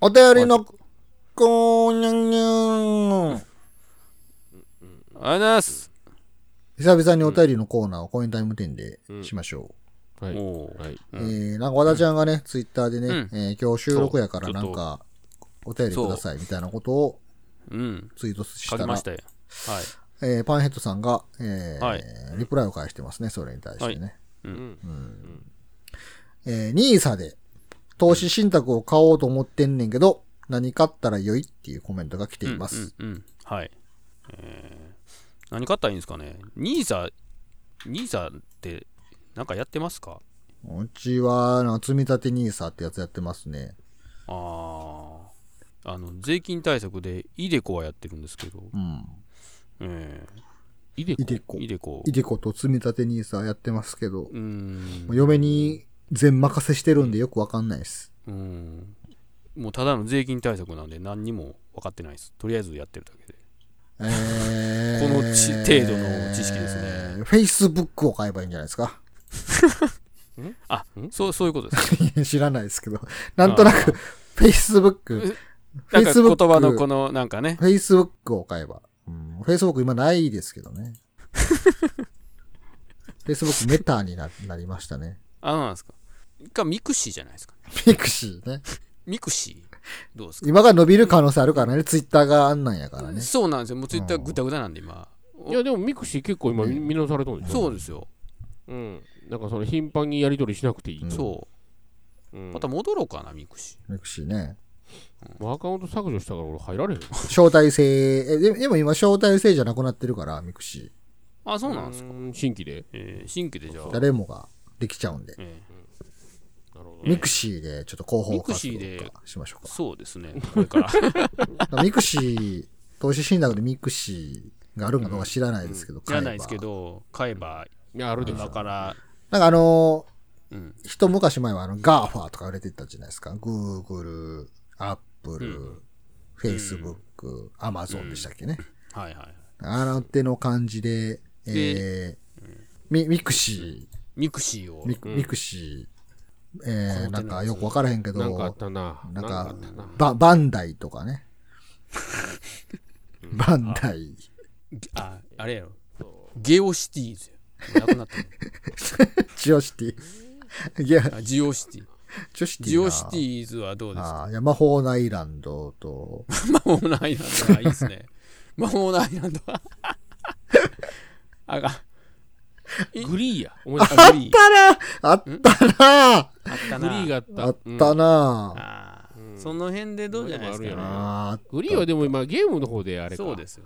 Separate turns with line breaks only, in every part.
お便りのこーにゃんにゃん。
あざっす。
久々にお便りのコーナーをコインタイム10でしましょ
はい。
おー
はい。
う。えー、なんか和田ちゃんがね、ツイッターでね、
うん
えー今日収録やから
そう
なんか、お便りくださいみたいなことを
うん。
ツイートし
書
た
きま
ら
し、たよ。はい。
えーパンヘッドさんが、えー
はい
リプライを返してますね、それに対してね。
うん。
えー、ニーサで投資信託を買おうと思ってんねんけど、何買ったら良いっていうコメントが来ています。
うんうん、はい、えー何買ったらいいんですかねニーサニーサってなんかやってますか
うちは、なんか積み立てニーサってやつやってますね。
あーあの税金対策でイデコはやってるんですけど、
うん。
え
イデコ
イデコ
ー、イデコ
いでこと積み立てニーサやってますけど
う、ーん
もう嫁に全任せしてるんでよくわかんない です。
うーんもうただの税金対策なんで何にも分かってないですとりあえずやってるだけで
えー、
このち程度の知識ですね。
Facebook を買えばいいんじゃないですか
あそうそういうことです
知らないですけど。なんとなく、Facebook、
なんか言
Facebook
葉のこのなんかね
Facebook を買えば。うん、Facebook 今ないですけど ね。Facebook メタにななりましたね。
あなんですかかミクシーじゃないですか、ね、
ピクシーね。
ミクシーどうですか
今が伸びる可能性あるからね。Twitter があんなんやからね。
そうなんですよ。もうツイッターぐだぐだなんで今。
いや、でもミクシー結構今見見直されたんでしょ
そうですよ。
うん。なんかその頻繁にやり取りしなくていい。
そうう。
ん
また戻ろうかな、ミクシ
ピクシーね。
もうアカウント削除したから俺入られへん。
招待制、え、ででも今招待制じゃなくなってるから、ミクシ
ー。あ、そうなんですか。
うん新規で。
えー新規でじゃあ
ー。。誰もができちゃうんで。
え
なるほどね。
ミクシーでちょっと広報活動
ミクシーで
とかしましょ
ー
うか
そうですね。これ から。い
だから。ミクシー、投資信託でミクシーがあるかどうか知らないですけど、買え
ら
ば
ないですけど、買えば、
いや、あるでし
今
ょ。
から、
なんかあのー
うん
一昔前はあの、ガーファーとか売れてたじゃないですか。Google、Apple、Facebook、Amazon でしたっけね。
はいはい。
あの手の感じで、えーミミクシ
ミクシーを
ー、。ミクミクシー、えー、なんかよくわからへんけど、
なんかあったな。
な
なん
か
んかあったな。
ババンダイとかね。バンダイ。
あ、あれやろ。ゲオシティですよ。なくなったね
ジオシティ。いや、
あジオシティ。
ジオシティな。
ジオシティーズはどうですか
ああ、いや、魔法のアイランドと、
魔法のアイランドはいいですね。魔法のアイランドは。 あが。
グリーや。
思い出したグリー
あったなあ
あった
グリ
な
ーがあった。
あったなあ
あーその辺でどうじゃないですか、
う
ね、
ん
あ
グリーはでも今ゲームの方であれか。。
そうですすよ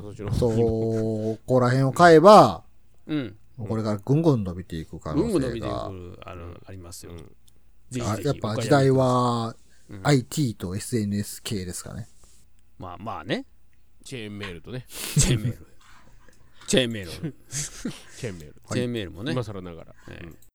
そっちの
ー
方
そ
に
ここら辺を買えば、
うん
これからぐんぐん伸びていく可
文
能
具伸
性
びてく
が。
るあるありますよ、
ん
ぜひ
あ
ぜひ
やっぱ
お買い上げ
時代は、IT と SNS 系ですかね。
まあまあね
チェーンメールとね。
チェー ンメールチェーンメール
チェーンメール。
チェーンメールもね、
今更ながら。
ええ